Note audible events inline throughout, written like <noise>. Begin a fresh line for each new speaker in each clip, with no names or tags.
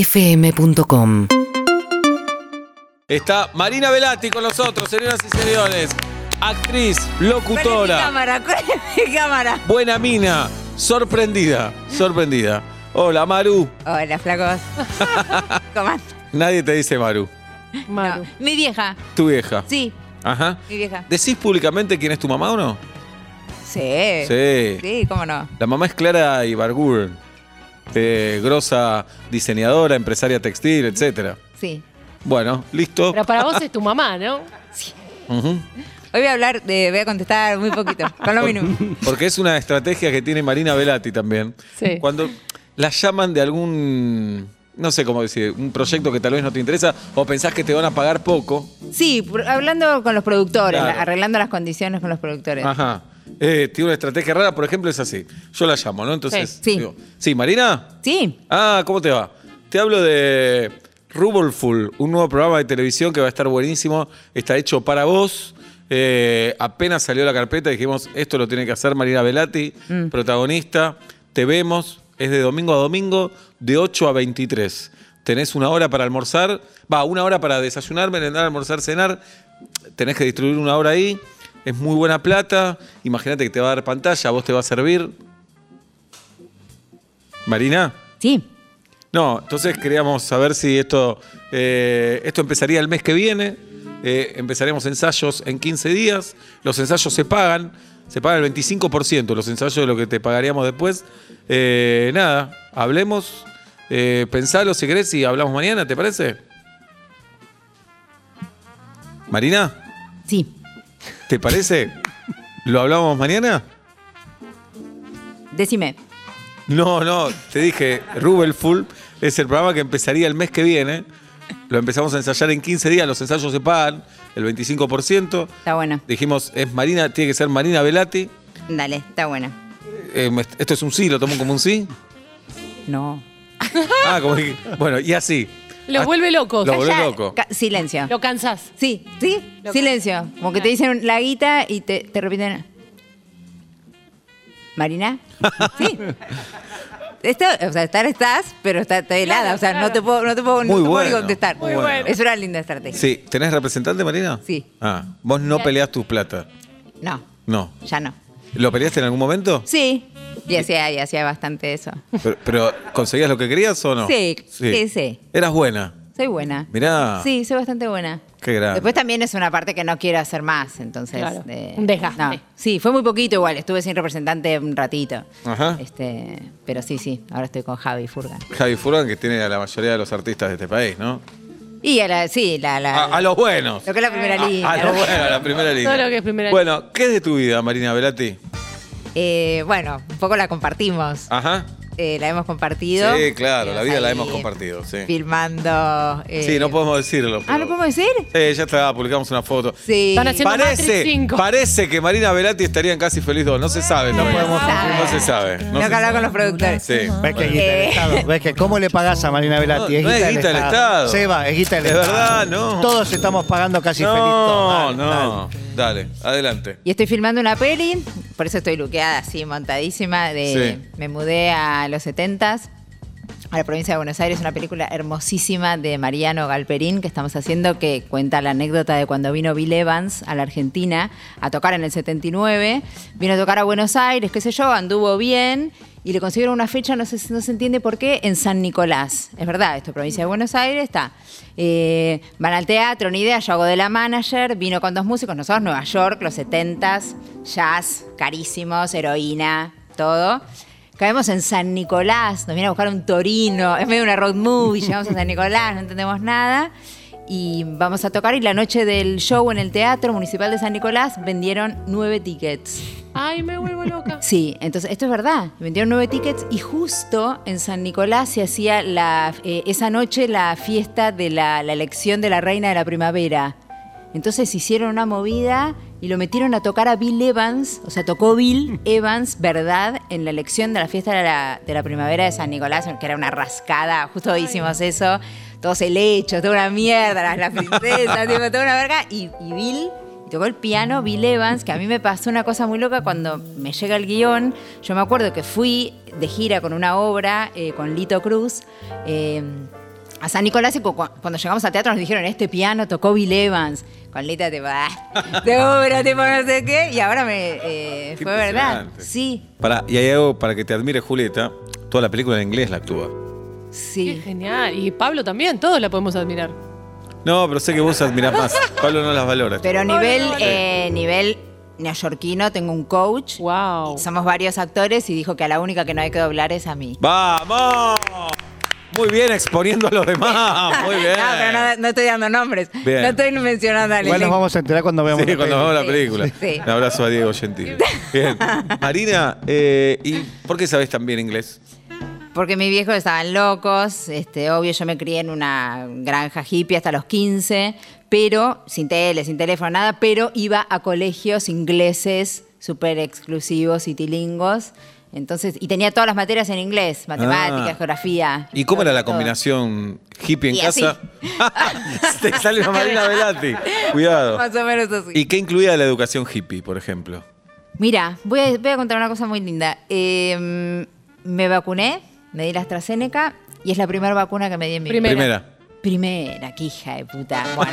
UrbanaPlayFM.com
Está Marina Velati con nosotros, señoras y señores. Actriz,
¿Cuál es mi
locutora,
cámara? <laughs> ¿Cuál es mi cámara?
buena mina, sorprendida, sorprendida. Hola, Maru.
Hola, <laughs> flacos. ¿Cómo andan?
Nadie te dice Maru,
Maru.
No, mi vieja,
tu vieja.
sí,
Ajá.
mi vieja.
¿Decís públicamente quién es tu mamá o no?
Sí.
Sí.
Sí, cómo no.
La mamá es Clara Ibargur, eh, grosa diseñadora, empresaria textil, etc.
Sí.
Bueno, listo.
Pero para vos es tu mamá, ¿no?
Ujú.
Hoy voy a hablar, de, voy a contestar muy <laughs> poquito, con lo mínimo.
<laughs> Porque es una estrategia que tiene Marina Velati también.
Sí.
Cuando la llaman de algún, no sé cómo decir, un proyecto que tal vez no te interesa o pensás que te van a pagar poco.
Sí, por- hablando con los productores,
Claro. Ah.
arreglando las condiciones con los productores.
Ajá. Eh, tiene una estrategia rara, por ejemplo, es así. Yo la llamo, ¿no? Entonces,
Sí.
digo, ¿sí, Marina?
Sí,
Ah, ¿cómo te va? Te hablo de Rubbleful, un nuevo programa de televisión que va a estar buenísimo. Está hecho para vos. Eh, apenas salió la carpeta, dijimos, esto lo tiene que hacer Marina Velati, protagonista. Te vemos, es de domingo a domingo, de 8 a 23. Tenés una hora para almorzar, va, una hora para desayunar, merendar, almorzar, cenar. Tenés que distribuir una hora ahí. Es muy buena plata. Imagínate que te va a dar pantalla, a vos te va a servir. Marina.
sí.
No, entonces queríamos saber si esto, eh, esto empezaría el mes que viene. eh, empezaremos ensayos en 15 días. Los ensayos se pagan. Se paga el 25% los ensayos de lo que te pagaríamos después. Eh, nada, hablemos. eh, pensalo si querés y hablamos mañana, ¿te parece? Marina,
Sí.
¿te parece? ¿Lo hablamos mañana?
Decime.
No, no, te dije, Rubel Full es el programa que empezaría el mes que viene. Lo empezamos a ensayar en 15 días, los ensayos se pagan, el 25%.
Está buena.
Dijimos, es Marina, tiene que ser Marina Velati.
Dale, está buena.
Eh, me- esto es un sí, lo tomo como un sí.
No.
Ah, como que- bueno, y así.
Lo
Ah,
vuelve loco.
Lo volvés
Calla-
loco.
ca- silencio.
Lo cansás.
Sí, sí,
Lo-
silencio. Como que te dicen la guita y te, te repiten.
<laughs>
¿Marina? Sí. Está- o sea, estar estás, pero está, está helada.
Claro,
o sea, no
claro.
te puedo, no te puedo, no
Muy
te puedo ni
bueno,
contestar.
muy Muy bueno.
Es una linda estrategia.
Sí, ¿tenés representante, Marina?
Sí.
Ah, vos no peleás tus plata.
No,
No.
ya no.
¿Lo peleaste en algún momento?
Sí. Y hacía, y hacía bastante eso.
Pero, pero, ¿conseguías lo que querías o no?
Sí, sí, sí.
Eras buena.
Soy buena.
Mirá.
Sí, soy bastante buena.
Qué grande.
Después también es una parte que no quiero hacer más, entonces.
Claro, un desgaste.
Sí, fue muy poquito igual, estuve sin representante un ratito.
Ajá.
Este, pero sí, sí, ahora estoy con Javi Furgan.
Javi Furlan, que tiene a la mayoría de los artistas de este país, ¿no?
Y a la, sí, la, la-
A, a los buenos.
lo que es la primera línea.
A los buenos, a la primera línea.
lo que es primera
Bueno, ¿qué es de tu vida, Marina Velati?
Eh, bueno, un poco la compartimos.
Ajá.
Eh, la hemos compartido.
Ah. Sí, claro, la vida
Ahí
la hemos compartido, sí.
Filmando. eh,
Sí, no podemos decirlo.
Ah, ¿no podemos decir?
Sí, ya está, publicamos una foto.
Sí.
Están haciendo Matrix
Parece,
5.
parece que Marina Velati estaría en Casi Feliz 2. No se sabe, no, podemos-
sabe.
no se sabe. No,
Tengo
se
que hablar con los
sabe.
productores.
Sí.
¿Ves que es guita del
Eh.
Estado? ¿Ves que cómo le pagás a Marina Velati?
No, no es guita del Estado.
Seba, es guita del
Es
Estado.
verdad, no.
Todos estamos pagando casi feliz.
No,
Tomás,
no. Dale, adelante.
Y estoy filmando una peli, por eso estoy luqueada así, montadísima. De,
Sí.
Me mudé a los 70s, a la provincia de Buenos Aires, una película hermosísima de Mariano Galperín que estamos haciendo, que cuenta la anécdota de cuando vino Bill Evans a la Argentina a tocar en el 79. Vino a tocar a Buenos Aires, qué sé yo, anduvo bien. Y le consiguieron una fecha, no, sé, si- no se entiende por qué, en San Nicolás. Es verdad, esto es provincia de Buenos Aires, está. Eh, van al teatro, ni idea, yo hago de la manager, vino con dos músicos, nosotros Nueva York, los 70s, jazz, carísimos, heroína, todo. Caemos en San Nicolás, nos viene a buscar un torino, es medio una road movie, llegamos a San Nicolás, no entendemos nada. Y vamos a tocar y la noche del show en el Teatro Municipal de San Nicolás vendieron nueve tickets.
Ay, me vuelvo loca.
Sí, entonces esto es verdad. Vendieron nueve tickets y justo en San Nicolás se hacía la, eh, esa noche la fiesta de la, la elección de la reina de la primavera. Entonces hicieron una movida y lo metieron a tocar a Bill Evans, o sea, tocó Bill Evans, ¿verdad?, en la elección de la fiesta de la, de la primavera de San Nicolás, que era una rascada, justo hoy hicimos eso, todos helechos, toda una mierda, las, las princesas, tipo, toda una verga, y, y Bill Y tocó el piano Bill Evans, que a mí me pasó una cosa muy loca cuando me llega el guión. Yo me acuerdo que fui de gira con una obra eh, con Lito Cruz. eh, a San Nicolás y cu- cu- cuando llegamos al teatro nos dijeron, este piano tocó Bill Evans. Con Lita te va, seguro, tipo no sé qué. Y ahora me, eh,
Qué
fue verdad.
impresionante.
Sí,
Para, y hay algo para que te admire Julieta. Toda la película en inglés la actúa.
sí.
Qué genial. Y Pablo también, todos la podemos admirar.
No, pero sé que vos admirás más. Pablo no las valora.
Pero nivel,
Pablo
eh, nivel neoyorquino, tengo un coach.
Wow.
Y Somos varios actores y dijo que a la única que no hay que doblar es a mí.
¡Vamos! Muy bien, exponiendo a los demás. <laughs> Muy bien.
<laughs> No, pero no, no estoy dando nombres.
Bien.
No estoy mencionando a
Igual nos
Lili.
vamos a enterar cuando veamos.
Sí,
la
cuando
peli.
vamos a la
Sí,
película.
sí.
Un abrazo a Diego Gentili. Bien. Marina, eh, ¿y por qué sabés tan bien inglés?
Porque mis viejos estaban locos, este, obvio, yo me crié en una granja hippie hasta los 15, pero sin tele, sin teléfono, nada, pero iba a colegios ingleses súper exclusivos y tilingos. Entonces, y tenía todas las materias en inglés, matemáticas,
Ah.
geografía.
¿Y cómo era la
todo.
combinación hippie en
Y así.
casa? <laughs> Te sale una Marina Velati. Cuidado.
Más o menos así.
¿Y qué incluía la educación hippie, por ejemplo?
Mira, voy a, voy a contar una cosa muy linda. Eh, me vacuné, me di la AstraZeneca y es la primera vacuna que me di en mi vida.
Primera.
Primera.
Primera, que hija
<laughs>
de puta. Bueno.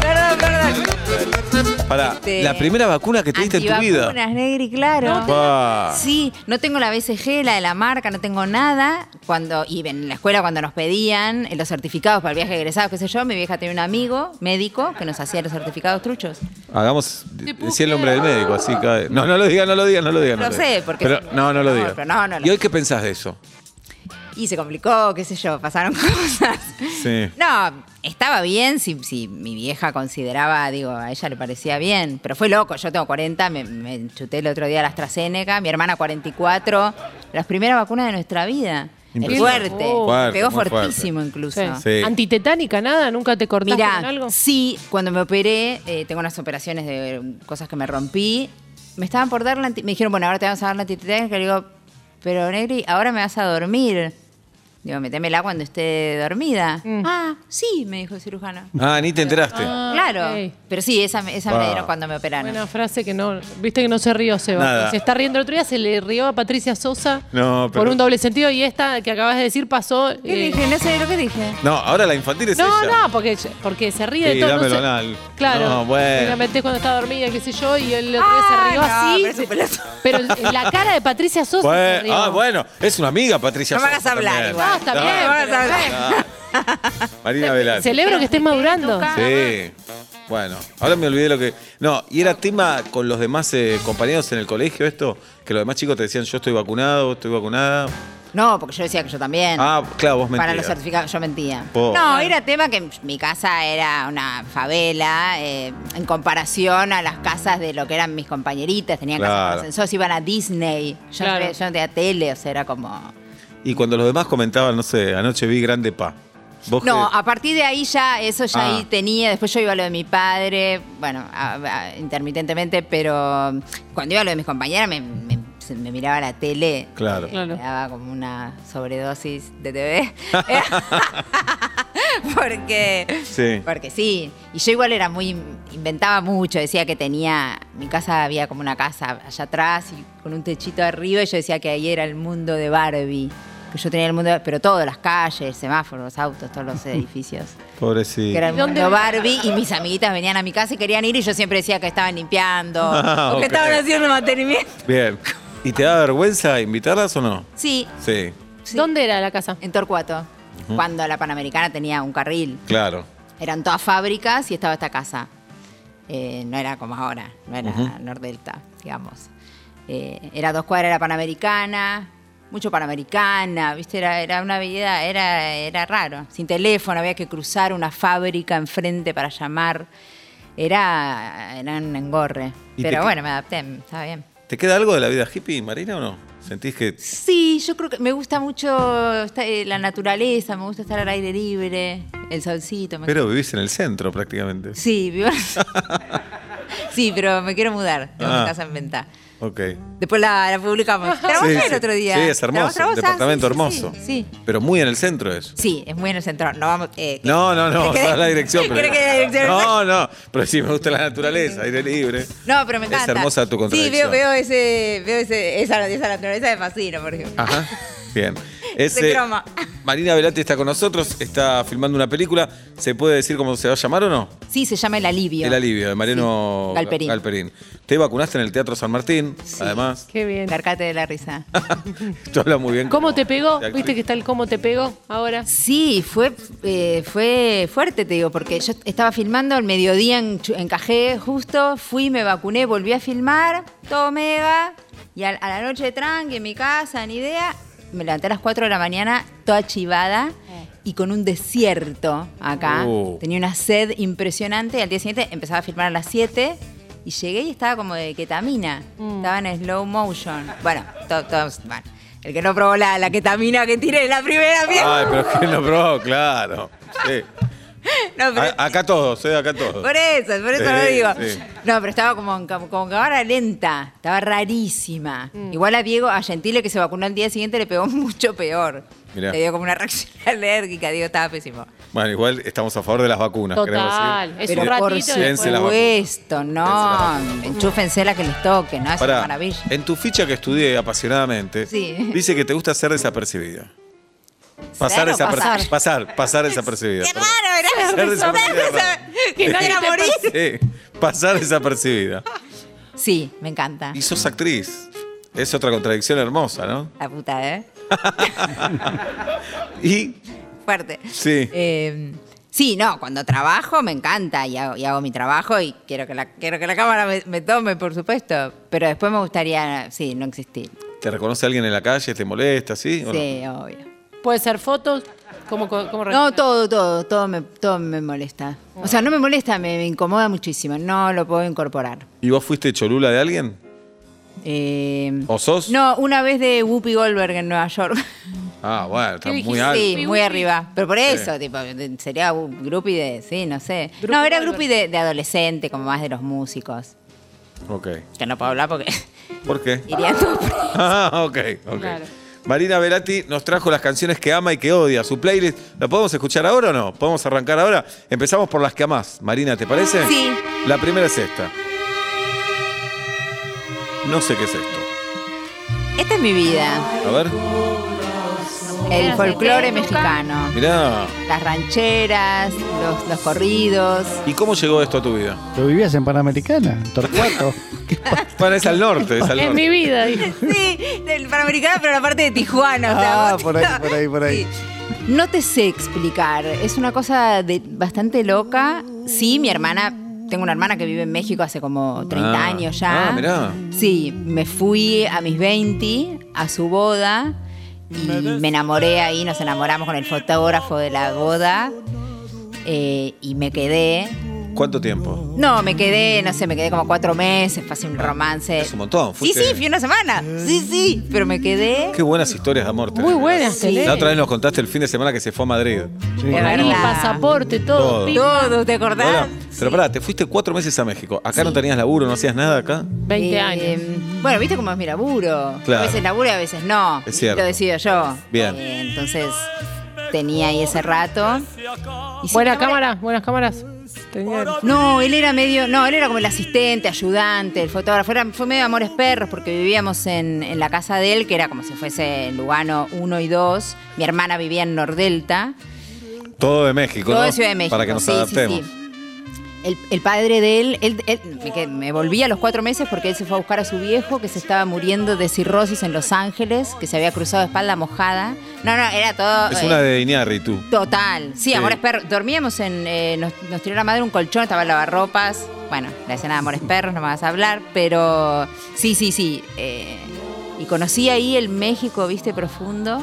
Perdón, perdón.
Para
Este,
la primera vacuna que te diste en tu vida.
Antivacunas, negri, claro.
No te- Pa.
Sí, no tengo la BCG, la de la marca, no tengo nada. Cuando, y en la escuela cuando nos pedían eh, los certificados para el viaje egresado, qué sé yo, mi vieja tenía un amigo médico que nos hacía los certificados truchos.
Hagamos,
Te puedo
decía el nombre del
creer.
médico, así cae. No, no lo diga, no lo diga, no lo diga. no
Ah. Lo sé,
diga.
porque-
Pero, no, no lo
No,
diga.
pero no, no lo
¿Y hoy
sé.
qué pensás de eso?
Y se complicó, qué sé yo, pasaron <laughs> cosas.
Sí.
No, estaba bien si, si mi vieja consideraba, digo, a ella le parecía bien. Pero fue loco, yo tengo 40, me, me chuté el otro día la AstraZeneca, mi hermana 44. Las primeras vacunas de nuestra vida. Es
Impresionante.
fuerte,
Fuerte,
pegó
muy fuerte.
fortísimo incluso.
Sí.
Antitetánica, nada, nunca te cortaste con
Mirá,
algo.
sí, cuando me operé, eh, tengo unas operaciones de eh, cosas que me rompí. Me estaban por dar la anti- Me dijeron, bueno, ahora te vamos a dar la antitetánica. Le digo, pero Negri, ahora me vas a dormir. Digo, metémela cuando esté dormida. Ah, sí, me dijo el cirujano.
Ah, ni te enteraste.
Mm. Ah,
claro.
ok.
Pero sí, esa, me- esa me
Wow.
la dieron cuando me operaron.
Buena frase que no. Viste que no se rió Seba.
Nada.
Se está riendo el otro día, se le rió a Patricia Sosa
No, pero-
por un doble sentido y esta que acabas de decir pasó.
¿Qué
eh,
dije? No sé lo que dije.
No, ahora la infantil es
No,
ella.
no, porque, porque se ríe
Sí,
de todo. no
dámelo
sé.
anal.
Claro.
No, bueno.
Y la metés cuando estaba dormida, qué sé yo, y el otro día
Ah,
se rió
no,
así.
pero es un pelotudo.
Pero en la cara de Patricia Sosa se
Bueno,
rió.
ah, bueno, es una amiga, Patricia.
No me
Sosa
hagas hablar
también.
igual. Ah,
No, está bien,
No,
pero-
Marina Velázquez.
Celebro que estés madurando.
Sí. Bueno, ahora me olvidé lo que. No, y era tema con los demás eh, compañeros en el colegio, esto, que los demás chicos te decían, yo estoy vacunado, vos estoy vacunada.
No, porque yo decía que yo también.
Ah, claro, vos mentías.
Para los certificados, yo mentía.
Po.
No, era tema que mi casa era una favela eh, en comparación a las casas de lo que eran mis compañeritas. Tenían
Claro.
casas con ascensores, iban a Disney. Yo,
Claro.
no, yo no tenía tele, o sea, era como...
Y cuando los demás comentaban, no sé, anoche vi Grande Pa. Vos
No,
que-
a partir de ahí ya, eso ya
Ah.
ahí tenía. Después yo iba a lo de mi padre, bueno, a- a- intermitentemente, pero cuando iba a lo de mis compañeras me, me- se- me miraba la tele.
Claro.
eh,
Claro.
Me daba como una sobredosis de TV. <laughs> porque.
Sí.
Porque sí. Y yo igual era muy. inventaba mucho. Decía que tenía. Mi casa había como una casa allá atrás y con un techito arriba. Y yo decía que ahí era el mundo de Barbie. Que yo tenía el mundo. de- Pero todas las calles, semáforos, los autos, todos
<laughs>
los edificios. Que era
Pobrecito.
el
¿Y dónde
mundo
vivía?
Barbie. Y mis amiguitas venían a mi casa y querían ir. Y yo siempre decía que estaban limpiando.
Ah,
o que
ok.
estaban haciendo mantenimiento.
Bien. ¿Y te da vergüenza invitarlas o no?
Sí,
Sí,
Sí.
¿Dónde era la casa?
en Torcuato. Cuando la Panamericana tenía un carril.
claro.
Eran todas fábricas y estaba esta casa. Eh, no era como ahora, no era Nordelta, digamos. Eh, era dos cuadras, era panamericana, mucho panamericana, ¿viste? Era, era una vida, era, era raro. Sin teléfono, había que cruzar una fábrica enfrente para llamar. Era, era un engorre.
¿Y te
Pero
que-
bueno, me adapté, estaba bien.
¿Te queda algo de la vida hippie, Marina, o no? ¿Sentís que
Sí, yo creo que me gusta mucho esta- eh, la naturaleza, me gusta estar al aire libre, el solcito. me
Pero vivís en el centro prácticamente.
Sí, vivo- <laughs> Sí, pero me quiero mudar. Tengo
Ah.
mi casa en venta.
Ok.
Después la, la publicamos. La mostré
Sí,
el
sí.
otro día.
Sí, es
¿La
hermoso.
mostramos? Ah,
departamento
sí, sí,
hermoso.
Sí, sí.
Pero muy en el centro es.
Sí, es muy en el centro. No vamos. eh, que-
No, no, no,
¿Querés-
no la dirección. pero-
¿Querés que la dirección?
No, no, pero sí me gusta la naturaleza, aire libre.
No, pero me
Es
encanta.
hermosa tu contradicción.
Sí, veo, veo ese, veo ese, esa, esa naturaleza de fascino, por ejemplo.
Ajá,
<laughs>
bien. Es,
Se
eh,
croma.
Marina Velati está con nosotros, está filmando una película. ¿Se puede decir cómo se va a llamar o no?
Sí, se llama El Alivio.
El alivio de Mariano
Sí, Galperín.
Te vacunaste en el Teatro San Martín, además. <laughs>
Qué bien.
Carcate de la risa.
Tú hablas muy bien.
¿Cómo
como-
te pegó?
de actriz.
¿Viste que está el cómo te pegó ahora?
Sí, fue, eh, fue fuerte, te digo, porque yo estaba filmando al mediodía, en, Chu- encajé justo, fui, me vacuné, volví a filmar, todo mega, y al- a, la noche de tranqui, en mi casa, ni idea, me levanté a las 4 de la mañana, toda chivada y con un desierto acá.
Oh.
Tenía una sed impresionante, y al día siguiente empezaba a filmar a las 7. Y llegué y estaba como de ketamina. Estaba en slow motion. Bueno, to- todos. bueno, el que no probó la, la ketamina que tiré en la primera vez.
Ay, pero que no probó, claro. Sí.
No, pero,
A- acá todos, eh, acá todos.
por e- eso, por eso
Sí,
lo digo.
sí.
No, pero estaba como en cam- como cámara lenta, estaba rarísima.
Mm.
Igual a Diego, a Gentile que se vacunó al día siguiente le pegó <laughs> mucho peor.
Mirá.
Le dio como una reacción <laughs> alérgica, digo, estaba pésimo.
Bueno, igual estamos a favor de las vacunas, queremos
Total.
decir.
Es un
Pero por
ratito. y
Dense la
después-
vacuna.
Supuesto, no.
Dense
Enchúfense la que les toque, ¿no? Es
Pará, Eh,
una maravilla.
en tu ficha que estudié apasionadamente,
Sí.
dice que te gusta ser desapercibida. Pasar,
Ser o
desaper-
pasar.
pasar, pasar desapercibida.
Qué
perdón. Este,
raro, era
Ser desapercibida es raro.
<laughs>
Que
<laughs>
nadie
Era
te
morir.
Sí, pasar desapercibida.
Sí, me encanta.
Y sos actriz. Es otra contradicción hermosa, ¿no?
La puta, ¿eh?
Y
Fuerte.
Sí.
Eh, sí, no, cuando trabajo me encanta y hago, y hago mi trabajo y quiero que la, quiero que la cámara me, me tome, por supuesto. Pero después me gustaría, sí, no existir.
te reconoce alguien en la calle, te molesta, ¿sí? ¿O no?
Sí, obvio.
Puede ser fotos. ¿Cómo, cómo cómo
No, todo, todo, todo me, todo me molesta. O sea, no me molesta, me, me incomoda muchísimo. No lo puedo incorporar.
¿Y vos fuiste cholula de alguien?
Eh,
¿O sos?
no, una vez de Whoopi Goldberg en Nueva York.
Ah, bueno, está
¿Qué
muy
dijiste?
alto.
Sí,
Whoopi,
muy
Whoopi.
arriba. Pero por eso,
Sí.
tipo, de- sería un grupi de, sí, no sé.
Grupi
no, era
Goldberg.
grupi de, de adolescente, como más de los músicos.
Ok.
Que no puedo hablar porque <laughs>
¿Por qué?
irían todos presos.
Ah, <laughs> ok, ok.
Claro.
Marina Velati nos trajo las canciones que ama y que odia. Su playlist, ¿la podemos escuchar ahora o no? ¿Podemos arrancar ahora? Empezamos por las que amás. Marina, ¿te parece?
Sí.
La primera es esta. No sé qué es esto.
Esta es mi vida.
A ver,
El
Era
folclore
70,
mexicano.
mirá.
Las rancheras, los, los corridos.
¿Y cómo llegó esto a tu vida?
¿Lo vivías en Panamericana? en
<laughs>
Torcuato.
Bueno, es al norte, es al
Es
norte.
mi vida, dijo.
Sí, del Panamericano, pero la parte de Tijuana. o sea,
Ah,
vos-
por ahí, por ahí, por ahí.
Sí. No te sé explicar. Es una cosa de- bastante loca. Sí, mi hermana. Tengo una hermana que vive en México hace como 30
Ah.
años ya.
Ah, mirá.
Sí, me fui a mis 20 a su boda y me enamoré ahí. Nos enamoramos con el fotógrafo de la boda eh, y me quedé.
¿Cuánto tiempo?
No, me quedé, no sé, me quedé como cuatro meses. Fue así un romance.
Es un montón.
Sí,
fuiste-
sí, fui una semana. Sí, sí, pero me quedé.
Qué buenas historias de amor. te
Muy
digo.
buenas,
Sí.
tenés.
La otra vez nos contaste el fin de semana que se fue a Madrid.
Sí.
De
Ahí,
verdad.
pasaporte,
Todo.
todo. pim.
Todo, ¿te acordás?
Ahora, pero pará, te fuiste cuatro meses a México. Acá no tenías laburo, no hacías nada acá.
20
Eh,
años.
Bueno, viste cómo es mi laburo.
Claro.
A veces laburo y a veces no.
Es cierto.
Lo decido yo.
Bien.
Eh, entonces tenía ahí ese rato. Y sí,
Buena
me enamoré-
cámara, buenas cámaras. Tenían-
No, él era medio, no, él era como el asistente, ayudante, el fotógrafo, era- fue medio amores perros porque vivíamos en, en la casa de él, que era como si fuese en Lugano 1 y 2, mi hermana vivía en Nordelta,
Todo de México,
Todo
¿no?
de Ciudad de México.
Para que nos
sí, sí,
adaptemos.
sí. El, el padre de él, él- él- me, que- me volví a los cuatro meses porque él se fue a buscar a su viejo que se estaba muriendo de cirrosis en Los Ángeles, que se había cruzado de espalda mojada. No, no, era todo.
Es
eh,
una de Iñárritu.
Total. Sí, Amores Perros. Dormíamos en. eh, nos, nos tiró la madre un colchón, estaba el lavarropas. Bueno, la escena de Amores Perros, no me vas a hablar, pero. Sí, sí, sí. eh, y conocí ahí el México, viste, profundo.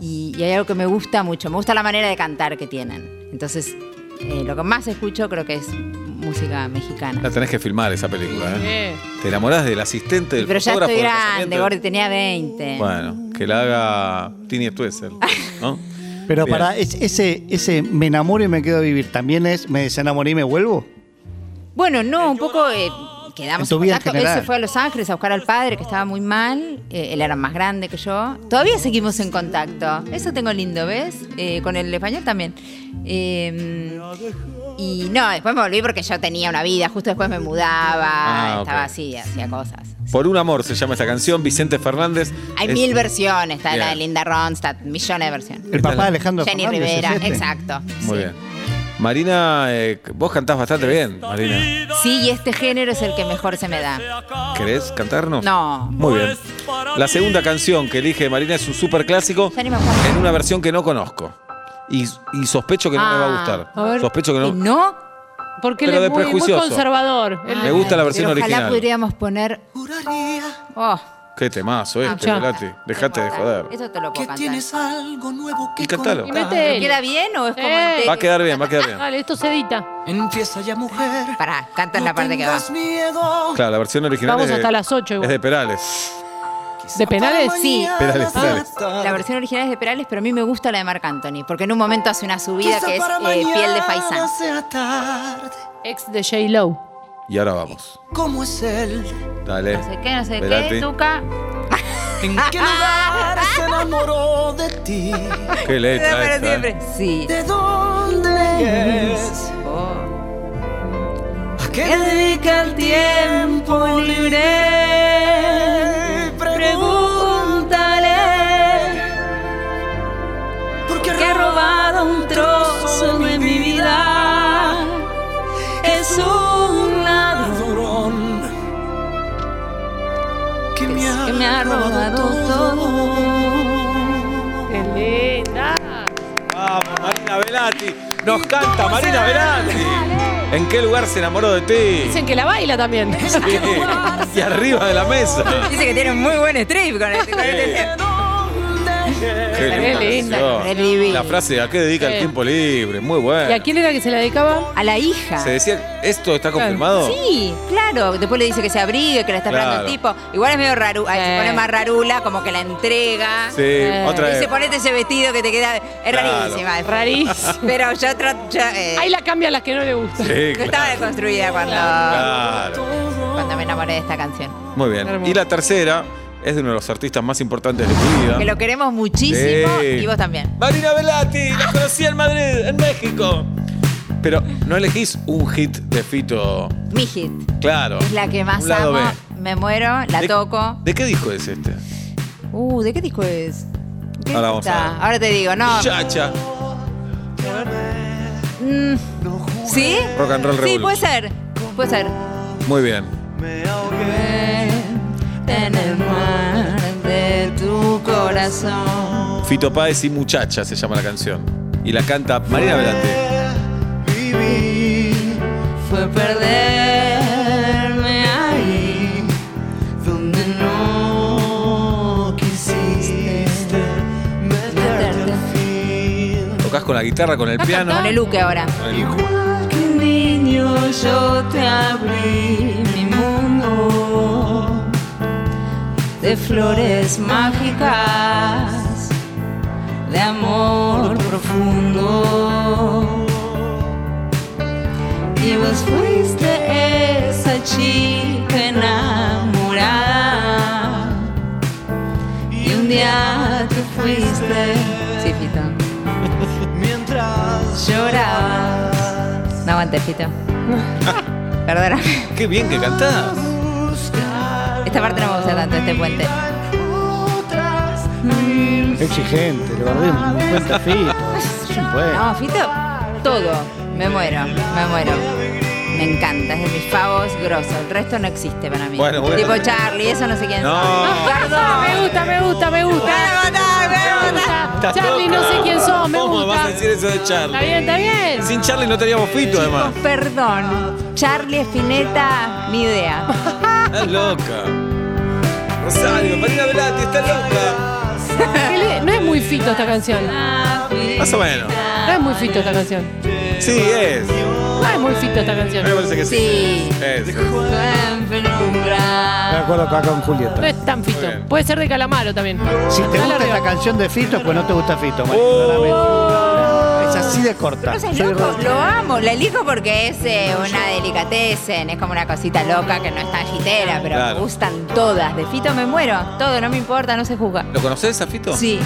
Y, y hay algo que me gusta mucho. Me gusta la manera de cantar que tienen. Entonces, eh, lo que más escucho creo que es música
La
mexicana.
tenés que filmar esa película, ¿eh?
Eh,
Te enamorás del asistente, del
Pero ya
fotógrafo,
estoy
del
grande,
casamiento.
Gordi, tenía 20.
Bueno, que la haga Tini Stuessel, ¿no?
Pero
Bien.
para es- ese, ese me enamoro y me quedo a vivir, ¿también es me desenamoré y me vuelvo?
Bueno, no, un poco eh, quedamos
En tu vida en
Él se
general.
fue a Los Ángeles a buscar al padre que estaba muy mal. eh, él era más grande que yo. Todavía seguimos en contacto. Eso tengo lindo, ¿ves? Eh, con el español también. Eh, y no, después me volví porque yo tenía una vida. Justo después me mudaba.
Ah, ok.
Estaba así, hacía cosas.
Por un amor se llama esta canción, Vicente Fernández.
Hay
Es-
mil versiones. Está la
Bien.
de Linda Ronstadt, millones de versiones.
El papá de Alejandro
Jenny
Fernández, ¿es
Rivera,
este?
exacto.
Muy
sí.
bien. Marina, eh, vos cantás bastante bien, Marina.
Sí, y este género es el que mejor se me da.
¿Querés cantarnos?
No.
Muy bien. La segunda canción que elige Marina es un super clásico
Ya ni me acuerdo.
en una versión que no conozco. Y, y sospecho que no me va a
Ah,
gustar.
a ver.
sospecho que
¿Que
no.
no?
Porque
Pero
él
de
es muy, muy
prejuicioso.
conservador. Él-
Me gusta la versión
Pero
original.
Ojalá pudiéramos poner. Oh,
Qué temazo
ah,
este,
ya.
Velati. Dejate de joder.
Eso te lo puedo
Que
cantar.
tienes algo nuevo que
Y cantalo.
Y
contar.
mete él.
¿Queda bien o es como
Eh.
el te-
Va a quedar bien, va a quedar
<laughs>
bien.
Dale, esto se edita.
Empieza ya, mujer.
Pará, canta
no
la parte que va.
tengas miedo.
Claro, la versión original
Vamos
es, de,
hasta las ocho
es
igual.
de Perales.
¿De penales?
Sí.
Perales, Perales.
La versión original es de Perales, pero a mí me gusta la de Marc Anthony, porque en un momento hace una subida que es eh, piel de faisán.
Ex de J. Low.
Y ahora vamos.
¿Cómo es él?
Dale.
No sé qué, no sé
Velati.
qué, Tuca.
¿En
<laughs>
qué lugar se enamoró de ti?
Qué letra esta, eh.
Sí.
¿De dónde es?
Oh.
¿A qué dedica el tiempo libre? Pregúntale. Porque ha robado un trozo de mi vida. Es un ladrón que me ha,
que me ha robado
todo.
¡Qué linda!
Vamos, Marina Velati. Nos canta Marina Velati. ¿En qué lugar se enamoró de ti?
Dicen que la baila también.
Sí. Y arriba de la mesa.
Dice que tiene un muy buen strip con este. con este-
Qué
Qué linda,
canción.
es divina.
La frase, ¿a qué dedica el
Sí.
tiempo libre? Muy
¿Y a
buena.
quién era que se la dedicaba?
A la hija.
Se decía, ¿esto está confirmado?
Sí, claro. Después le dice que se abrigue, que la está esperando el tipo.
Claro.
Igual es medio raro, ay, se
Eh.
pone más rarula, como que la entrega.
Sí, otra
Eh, Dice,
vez.
ponete este- ese vestido que te queda. Es
Claro.
rarísima. es
Rarísimo.
Pero yo, tra- yo, eh,
Ahí la cambia a las que no le gusta.
Sí,
yo estaba
claro.
deconstruida cuando,
Claro.
cuando me enamoré de esta canción.
Muy bien.
Hermoso.
Y la tercera es de uno de los artistas más importantes de mi vida.
Que lo queremos muchísimo
Sí.
y vos también.
Marina Velati, la conocí en Madrid, en México. Pero no elegís un hit de Fito,
Mi hit.
claro.
Es la que más
un lado
amo.
B.
Me muero, la
¿De-
toco.
¿De qué disco es este?
Uh, ¿de qué disco es? ¿Qué
Ahora vamos
está?
a ver.
Ahora te digo, no.
Chacha.
mm, ¿Sí?
Rock and Roll
Sí,
Revolution.
puede ser. Puede ser.
Muy bien.
en el mar de tu corazón.
Fito Páez y Muchacha se llama la canción. Y la canta Marina Velati.
Fue perderme ahí donde no quisiste meterte.
Tocas con la guitarra, con el piano.
Con el Luque ahora.
Con el-
niño yo te abrí mi mundo de flores mágicas, de amor profundo. Y vos fuiste esa chica enamorada. Y un día te fuiste. Sí, Fito. Mientras llorabas. No aguanté,
<laughs>
Fito. Perdóname.
Qué bien que cantás.
Esta parte no me gusta tanto, este puente.
Exigente, le guardemos un cuenta fito. Es un
<laughs> No,
poeta.
Fito, todo. Me muero, me muero. Me encanta, es de mis favos grosos. El resto no existe para mí.
Bueno, bueno.
Tipo Charlie, eso no sé quién
No.
son. Perdón.
Me gusta, me gusta, me gusta.
Estás
Charlie,
loca.
no sé quién sos, me
¿Cómo vas a
gusta.
decir eso de
Está
Charlie?
bien, está bien.
Sin Charlie no teníamos Fito, además.
Perdón. Charlie Espineta, ni idea.
Estás loca. Rosario, Marina Velati, estás loca.
Él es- No es muy fito esta canción. No
Más o menos.
es muy fito esta canción.
Sí, es.
No es muy fito esta
A mí me
canción.
parece que sí.
Sí.
Es.
Me acuerdo acá con
No
Julieta.
es tan fito.
bien.
Puede ser de calamaro también.
Si te
Dale
gusta
arriba.
esta canción de Fito, pues no te gusta Fito, María,
Oh.
claramente. Es así de corta.
No seas
Soy
loco,
re-
lo amo, la elijo porque es eh, una delicatessen, es como una cosita loca que no es tan gitera, pero
Claro.
me gustan todas. De Fito me muero, todo, no me importa, no se juzga.
¿Lo conoces a Fito?
Sí,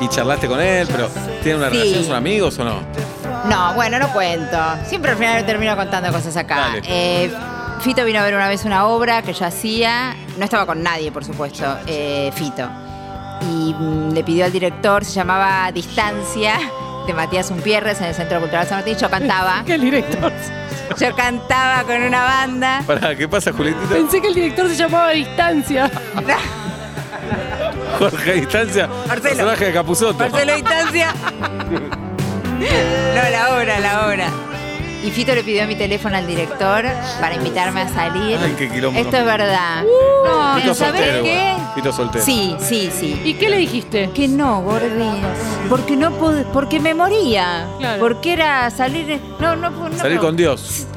Y charlaste con él, pero ¿tienen una
Sí.
relación? ¿Son amigos o no?
no, bueno, no cuento. Siempre al final termino contando cosas acá.
Dale.
Eh, Fito vino a ver una vez una obra que yo hacía, no estaba con nadie, por supuesto, eh, Fito. Y mm, le pidió al director, se llamaba Distancia, de Matías Umpierres en el Centro Cultural San Martín, yo
<laughs>
cantaba.
Que el director.
Yo cantaba con una
<laughs>
banda.
Pará, ¿qué pasa, Julietita?
Pensé que el director se llamaba Distancia.
Jorge Distancia,
Marcelo.
personaje de Capuzoto.
Marcelo Distancia. No, la obra, la obra. Y Fito le pidió mi teléfono al director para invitarme a salir.
Ay, qué quilombo.
Esto es verdad.
Fito soltero,
no, ¿sabés qué?
igual. Fito soltero.
Sí, sí, sí.
¿Y qué le dijiste?
Que no, gordín. Porque no pod- porque me moría.
Claro.
Porque era salir. No, no, no.
Salir
no.
con Dios.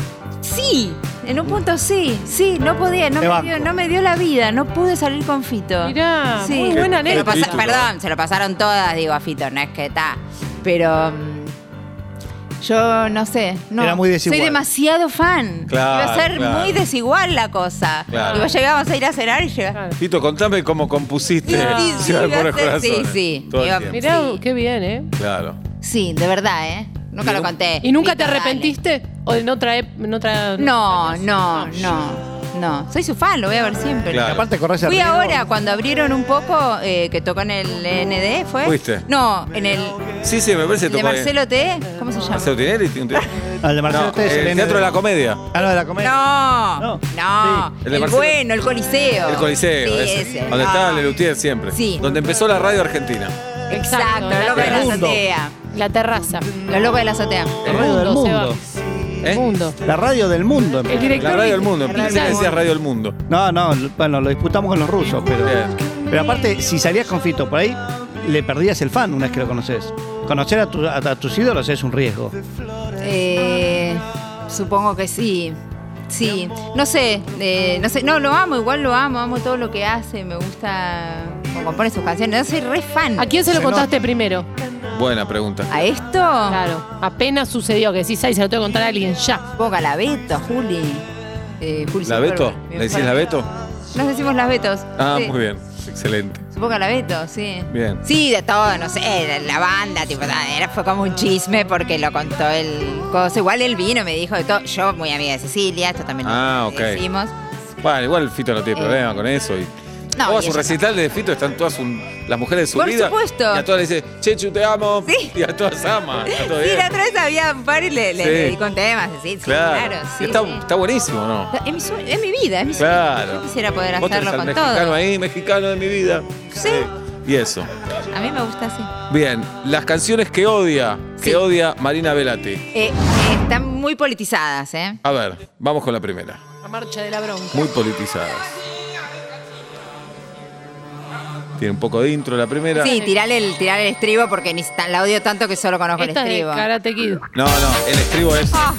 Sí, en un punto sí, sí, no podía, no me,
Te banco.
dio, no me dio la vida, no pude salir con Fito.
Mirá, muy buena
Se lo
anécdota.
pasa-
Capítulo.
Perdón, se lo pasaron todas, digo, a Fito, no es que está. Pero mm, yo no sé, no.
Era muy desigual.
Soy demasiado fan.
Claro,
Iba a ser
claro.
muy desigual la cosa.
Claro.
Y vos llegábamos a ir a cenar y llegás.
Claro.
Fito, contame cómo compusiste
Sí,
<laughs>
sí,
Ciudad del Pobre
iba a ser- sí,
Corazón.
sí.
Todo el
Iba-
tiempo.
Mirá,
Sí.
qué bien, ¿eh?
Claro.
Sí, de verdad, ¿eh? Nunca
Y
lo
nu-
conté.
¿Y nunca
Fito,
te
dale.
arrepentiste? ¿O en otra, ep- en otra
No, no, no. No, soy su fan, lo voy a ver siempre.
Claro.
Aparte corres
Fui
arriba.
ahora, cuando abrieron un poco, eh, que tocó en el ND, ¿fue?
¿Fuiste?
No, en el
Sí, sí, me parece que
de
tocó ahí.
Marcelo T. ¿Cómo se llama?
Marcelo Tinelli. tiene un te-
Al de Marcelo
No,
T. es
el
ND.
Teatro de la Comedia.
Ah, no, de la comedia.
No, no,
No.
Sí. El
el,
de Marcelo-
bueno, el Coliseo.
El Coliseo,
Sí,
ese.
ese.
Donde
No,
estaba
no.
Lelutier siempre.
Sí.
Donde empezó la radio argentina.
Exacto, los locos de la
Mundo.
azotea.
La terraza.
Los locos de la azotea.
La radio del
Mundo,
mundo.
¿Eh?
El mundo.
La radio del mundo.
El director
La radio del mundo.
La
Pensé
radio
que
del
decía
mundo.
Radio del Mundo.
No, no, l- bueno, lo disputamos con los rusos, pero.
Bien.
Pero aparte, si salías con Fito por ahí, le perdías el fan una vez que lo conoces. Conocer a, tu- a- a tus ídolos es un riesgo.
Eh, supongo que sí. Sí, no sé, eh, no sé, no, lo amo, igual lo amo, amo todo lo que hace, me gusta cómo compone sus canciones, yo soy re fan.
¿A quién se lo
Se
contaste primero?
Buena pregunta.
¿A esto?
Claro. Apenas sucedió que decís, ay, se lo tengo que contar a alguien ya.
Supongo que a la Beto, Juli. Eh, Juli
¿La
Silver,
Beto?
mi
¿Le decís
mejor
la Beto?
Nos decimos las Betos.
Ah,
sí.
muy bien. Excelente.
Supongo que la Beto, sí.
Bien.
Sí, de todo, no sé, de la banda, tipo, nada, era, fue como un chisme porque lo contó el coso. Igual él vino, me dijo de todo. Yo, muy amiga de Cecilia, esto también lo
Ah, ok.
decimos.
Bueno, igual Fito no tiene
Eh.
problema con eso. Y...
No,
No,
y
a su
ella
recital de Fito están todas un- las mujeres de su
Por
vida.
supuesto.
Y a todas le dice, Chechu, te amo.
Sí.
Y a todas ama. Ah, Está todo
Sí,
bien.
la otra vez había un par y le, le,
Sí.
le di con temas, sí, sí, claro, sí.
está,
sí.
está buenísimo, ¿no?
Es, mi sue- es mi vida, es mi sueño.
Claro.
Yo quisiera poder
Vos tenés
hacerlo
al
con
mexicano
todo.
ahí, mexicano de mi vida. Eh,
Sí.
Y eso.
A mí me gusta así.
Bien, las canciones que odia, que
Sí.
odia Marina Velati.
Eh, eh, están muy politizadas, ¿eh?
A ver, vamos con la primera.
La marcha de la bronca.
Muy politizadas. Tiene un poco de intro la primera.
Sí, tirale el, tirale el estribo porque ni tan- la odio tanto que solo conozco
Esta
el
es de
estribo.
Karate Kid.
No, no, el estribo es
Ah,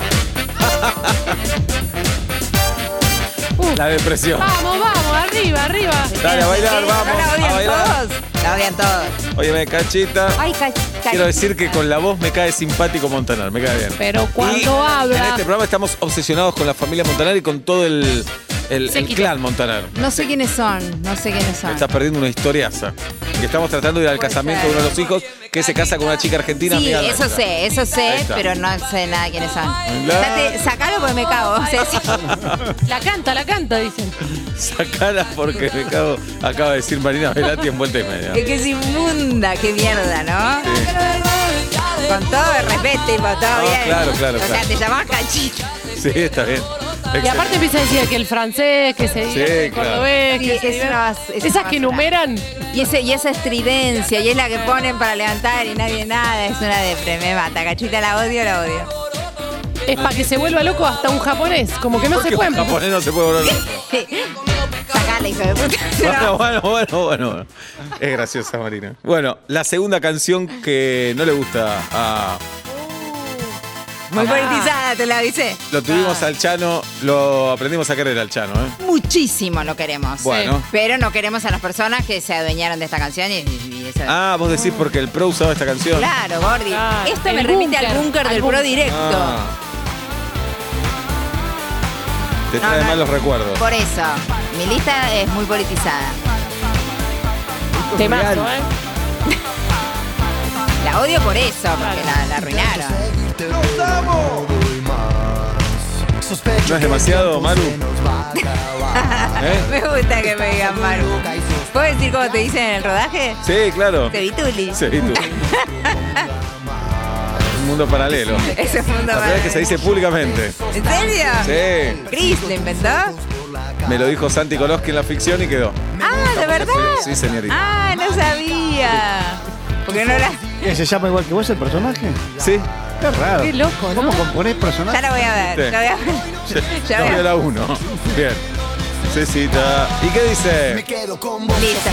Uh,
la depresión.
Vamos, vamos, arriba, arriba.
Dale a bailar,
Ah. ¿sí?
vamos.
¿No la
a
odian
bailar.
todos? La odian todos.
Óyeme, cachita.
Ay, ca- ca-
Quiero decir que con la voz me cae simpático Montanar, me cae bien.
Pero cuando
Y En
habla.
este programa estamos obsesionados con la familia Montanar y con todo el, el- el
Séquito.
clan Montanar.
No sé quiénes son, no sé quiénes son.
Estás perdiendo una historiaza. Y estamos tratando de ir al
Puede
casamiento
ser.
de uno de los hijos que se casa con una chica argentina.
Sí,
amiga de
eso
ella.
sé, eso
Ahí
sé,
está.
pero no sé nada quiénes son.
La-
Date, sacalo porque me cago. o sea, sí.
este-
La canta, la canta, dicen.
Sacala porque me cago, acaba de decir Marina Velati en vuelta y media.
Eh,
Es que es inmunda, qué mierda, ¿no? Con todo el respeto, tipo, todo
No,
bien.
claro, claro,
O sea,
claro.
te llamás cachito.
Sí, está bien.
Y aparte empieza a decir que el francés, que se
Sí,
dice, el
claro.
cordobés,
Sí,
que se
es
dice-
una bas- es
Esas
una
que
basura.
enumeran.
Y, ese, y esa estridencia, y es la que ponen para levantar y nadie nada, es una depre, me mata. Cachita la odio, la odio. <laughs>
Es para que se vuelva loco hasta un japonés. Como que no se pueden.
Japonés no se puede
<laughs>
volver loco.
Sacala, hijo de puta.
Bueno, bueno, bueno, bueno, bueno. Es graciosa, Marina. Bueno, la segunda canción que no le gusta a
Muy politizada, te la avisé.
Lo
Ah.
tuvimos al Chano, lo aprendimos a querer al Chano, ¿eh?
Muchísimo lo queremos.
Bueno.
Pero no queremos a las personas que se adueñaron de esta canción y, y eso.
Ah, vos decís porque el pro usaba esta canción.
Claro, Gordi.
Ah,
Esto
el
me remite
búnker,
al búnker
al
del
búnker.
pro directo.
Ah. Te
No,
trae
no.
malos recuerdos.
Por eso, mi lista es muy politizada.
Temazo, ¿eh?
La odio por eso, porque la, la arruinaron.
<laughs> ¿No es demasiado, Maru? ¿Eh?
Me gusta que me digan Maru. ¿Puedo decir cómo te dicen en el rodaje?
Sí, claro.
Te vi Tuli.
Sí, tú. Un mundo paralelo.
Ese es mundo
La primera vez que se dice públicamente.
¿En serio?
Sí.
¿Chris lo inventó?
Me lo dijo Santi Koloski en la ficción y quedó.
Ah, ¿de verdad?
Sí, señorita.
Ah, no sabía. Porque no la...
¿Qué, Eh, ¿Se llama igual que vos el personaje?
Sí.
Qué raro.
Qué loco,
¿Cómo
¿no?
componés personajes?
Ya la voy a
Sí.
ver. Ya voy a ver. Ya
No,
veo.
vio la 1. Bien. Cecita. ¿Y qué dice?
Listo, listo.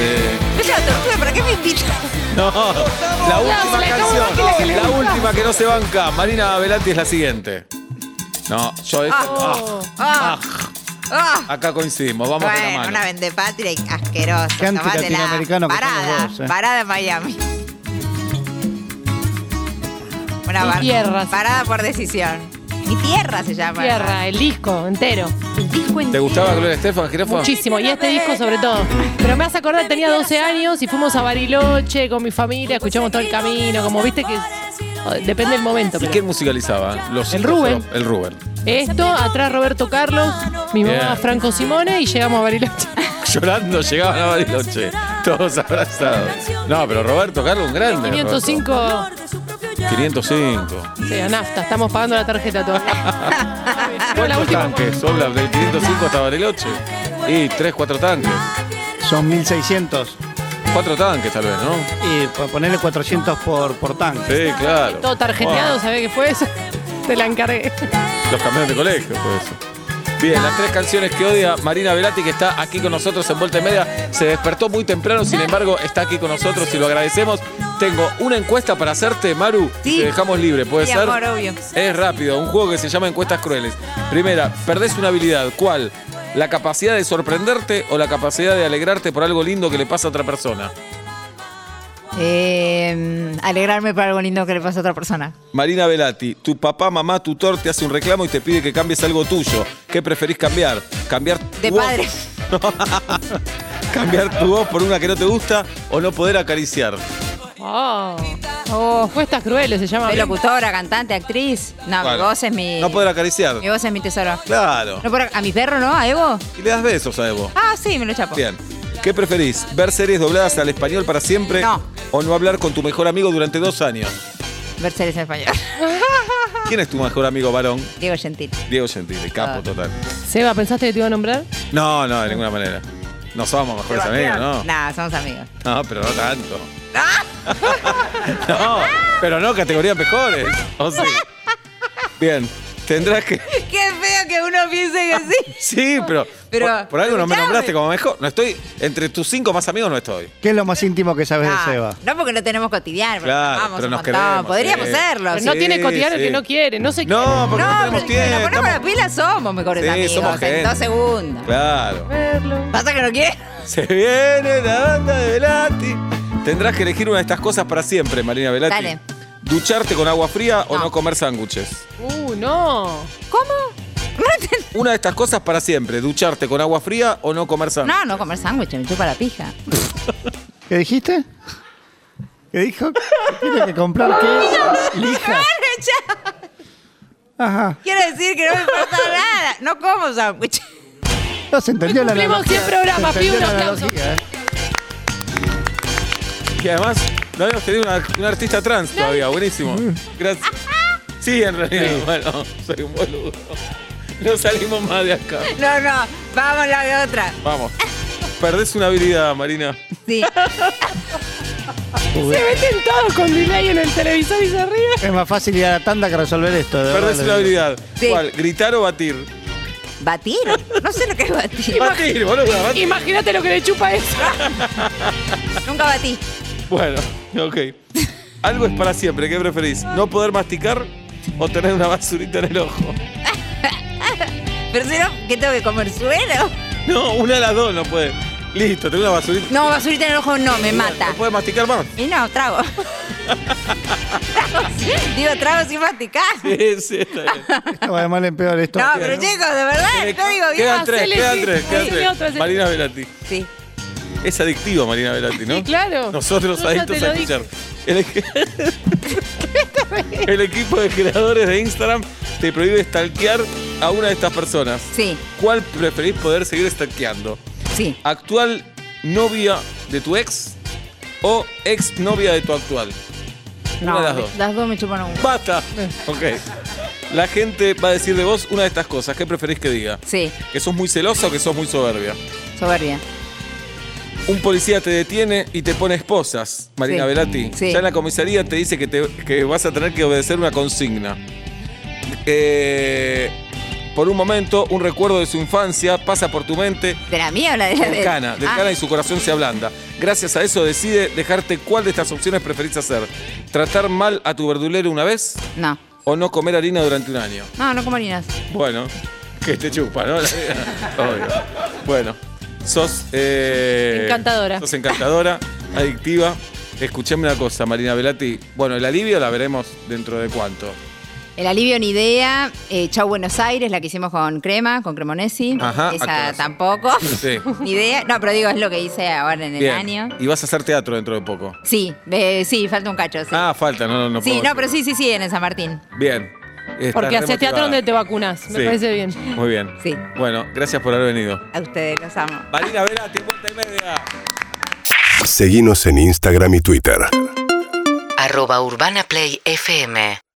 Eh,
Yo la tortura, ¿para qué me invitas?
No, la última
la acabo de bajar, la que
canción.
le
La
gusta.
última que no se banca. Marina Velati es la siguiente. No, yo esta-
oh.
ah,
Ah. Ah. Ah.
ah, acá coincidimos, vamos con la
Bueno,
mano.
una vendepatria y asquerosa.
Qué
Tomátela.
antilatinoamericano que
Parada,
somos vos, eh.
parada en Miami. Una
Mi
bar-
tierra.
Parada por decisión. Mi tierra se llama.
Tierra, el disco entero.
El disco
¿Te
entero.
gustaba Gloria Estefan, Jirafa?
Muchísimo, y este disco sobre todo. Pero me vas a acordar, tenía 12 años y fuimos a Bariloche con mi familia, escuchamos todo el camino, como viste que es- oh, depende del momento.
¿Y
pero-
quién musicalizaba? Los
El
cinco
Rubén.
pro- El Rubén. <laughs>
Esto, atrás Roberto Carlos, mi mamá
Bien.
Franco Simone y llegamos a Bariloche.
Llorando llegaban a Bariloche. Todos abrazados. No, pero Roberto Carlos, un grande.
505
Roberto. 505.
Sí, a nafta, estamos pagando la tarjeta todavía.
<laughs>
Pero la
¿Cuántos
última-
tanques? Obla, del 505 hasta Bariloche. Y tres, cuatro tanques.
Son 1600.
Cuatro tanques tal vez, ¿no?
Y pues, ponerle 400 por, por tanque.
Sí, claro.
Todo tarjeteado,
Wow.
¿sabés qué fue eso? Te la encargué.
Los campeones de colegio, fue eso. Bien, las tres canciones que odia Marina Velati, que está aquí con nosotros en Vuelta y Media, se despertó muy temprano, sin embargo, está aquí con nosotros y lo agradecemos. Tengo una encuesta para hacerte, Maru.
Sí.
Te dejamos libre, puede
Sí,
ser.
amor, obvio.
Es rápido, un juego que se llama Encuestas Crueles. Primera, perdés una habilidad. ¿Cuál? ¿La capacidad de sorprenderte o la capacidad de alegrarte por algo lindo que le pasa a otra persona?
Eh, alegrarme por algo lindo que le pasa a otra persona.
Marina Velati, tu papá, mamá, tutor te hace un reclamo y te pide que cambies algo tuyo. ¿Qué preferís cambiar? ¿Cambiar
De
tu voz-
padre.
¿Cambiar tu voz por una que no te gusta o no poder acariciar?
Oh. Oh, Cuestas crueles se llama.
Soy locutora, cantante, actriz. No,
Bueno,
mi voz es mi.
No poder acariciar.
Mi voz es mi tesoro.
Claro.
No puedo- a mi perro, ¿no? A Evo.
Y le das besos a Evo.
Ah, sí, me lo chapo.
Bien. ¿Qué preferís? ¿Ver series dobladas al español para siempre?
No.
¿O no hablar con tu mejor amigo durante dos años?
Ver series en español. <laughs>
¿Quién es tu mejor amigo varón?
Diego Gentil.
Diego Gentile, capo
Ah.
total.
Seba, ¿pensaste que te iba a nombrar?
No, no, de ninguna manera. No somos mejores amigos, ¿no?
Nada, somos amigos.
No, pero no tanto.
Ah.
<laughs> no, pero no categoría
<laughs>
mejores. ¿O sí? Bien, tendrás que.
<laughs> Qué feo que uno piense que
<laughs>
sí.
Sí, pero.
Pero-
por, por algo no me
escuchame.
nombraste como mejor. No estoy. Entre tus cinco más amigos no estoy.
¿Qué es lo más íntimo que sabes
Ah,
de Seba?
No porque no tenemos cotidiano, pero
Claro,
nos amamos
pero
un
nos
montón.
queremos,
Podríamos
sí.
serlo.
Pero no
sí.
tiene cotidiano el
Ah, sí.
que no quiere, no sé qué.
No, porque no,
pero
tenemos
si nos
tiempo.
ponemos la
estamos-
pila somos mejores
Sí,
amigos.
somos
en
gente.
dos segundos.
Claro.
Eh. Pasa que no <laughs> quiere.
Se viene la banda de Velati. Tendrás que elegir una de estas cosas para siempre, Marina Velati.
Dale.
¿Ducharte con agua fría o
No.
no comer sándwiches?
Uh, no.
¿Cómo? No lo entiendo.
Una de estas cosas para siempre. ¿Ducharte con agua fría o no comer sándwiches?
No, no comer sándwich, me chupa la <laughs> pija.
¿Qué dijiste? ¿Qué dijo? Tiene que comprar qué? Lija. Ajá.
Quiero decir que no me importa <laughs> nada. No como sándwich. <laughs>
No se entendió la
Cumplimos
analogía.
100 programas,
Se
pido un
entendió la
aplauso.
analogía, ¿eh?
Que además no habíamos tenido una, una artista trans todavía. Buenísimo. Gracias. Sí, en realidad. <laughs> Bueno, soy un boludo. No salimos más de acá.
No, no. Vamos la de otra.
Vamos. Perdés una habilidad, Marina.
<laughs> Sí.
Se meten todos con delay en el televisor y se ríen.
Es más fácil ir a la tanda que resolver esto. de
Perdés
verdad.
una habilidad.
Sí.
¿Cuál? ¿Gritar o batir?
¿Batir? No sé lo que es batir.
Batir, boludo. Batir.
Imagínate lo que le chupa eso.
Nunca batí.
Bueno, ok. Algo es para siempre, ¿qué preferís? ¿No poder masticar o tener una basurita en el ojo?
Pero si no, ¿qué tengo que comer suelo?
No, una de las dos no puede. Listo, tengo una basurita.
No, basurita en el ojo no, me mata.
No puede masticar más.
Y no, trago. Trago sin- Digo, trago sin masticar.
Sí, sí, está bien.
Esto va de mal en peor esto.
No, pero chicos, de verdad, no digo bien.
quedan tres,
hacele,
quedan
sí,
tres,
sí,
quedan
sí,
tres.
otra, sí.
Marina Velati.
Sí.
Es adictiva Marina Velati, ¿no?
Sí, claro.
Nosotros
Yo ya
adictos
te lo
a escuchar. El,
<laughs>
equi- El equipo de creadores de Instagram te prohíbe stalkear a una de estas personas.
Sí,
¿Cuál preferís poder seguir stalkeando?
sí.
¿Actual novia de tu ex o ex novia de tu actual? Una
No,
de las dos.
Las dos me chupan un.
¡Basta! Ok. La gente va a decir de vos una de estas cosas. ¿Qué preferís que diga?
Sí,
¿Que sos muy celosa o que sos muy soberbia?
soberbia.
Un policía te detiene y te pone esposas, Marina
Sí.
Velati.
Sí.
Ya en la comisaría te dice que, te- que vas a tener que obedecer una consigna. Eh, por un momento, un recuerdo de su infancia pasa por tu mente.
¿De la mía o la de la
Del cana, del
Ah,
cana y su corazón se ablanda. Gracias a eso decide dejarte cuál de estas opciones preferís hacer. ¿Tratar mal a tu verdulero una vez
Ah, No,
o no comer harina durante un año?
no, no como harinas.
Bueno, que te chupa, ¿no? <laughs> Obvio. Bueno, sos. eh,
Encantadora.
Sos encantadora, adictiva. Escuchame una cosa, Marina Velati. Bueno, el alivio la veremos dentro de cuánto.
El alivio ni idea. eh, Chau Buenos Aires, la que hicimos con Crema, con Cremonesi.
Ajá,
Esa
actorazo.
tampoco.
Sí.
<laughs> Ni idea. No, pero digo, es lo que hice ahora en el
Bien.
año.
Y vas a hacer teatro dentro de poco.
Sí, eh, sí, falta un cacho. Sí,
Ah, falta, no, no, no.
sí
puedo
no,
decir.
pero sí, sí, sí, en el San Martín.
Bien. Estás
Porque haces
remotivada.
teatro donde te vacunas. Me
Sí.
parece bien.
Muy bien.
Sí.
Bueno, gracias por haber venido.
A ustedes los amo.
Marina Velati, vuelta y media.
Seguinos en Instagram y Twitter.
arroba urbanaplayfm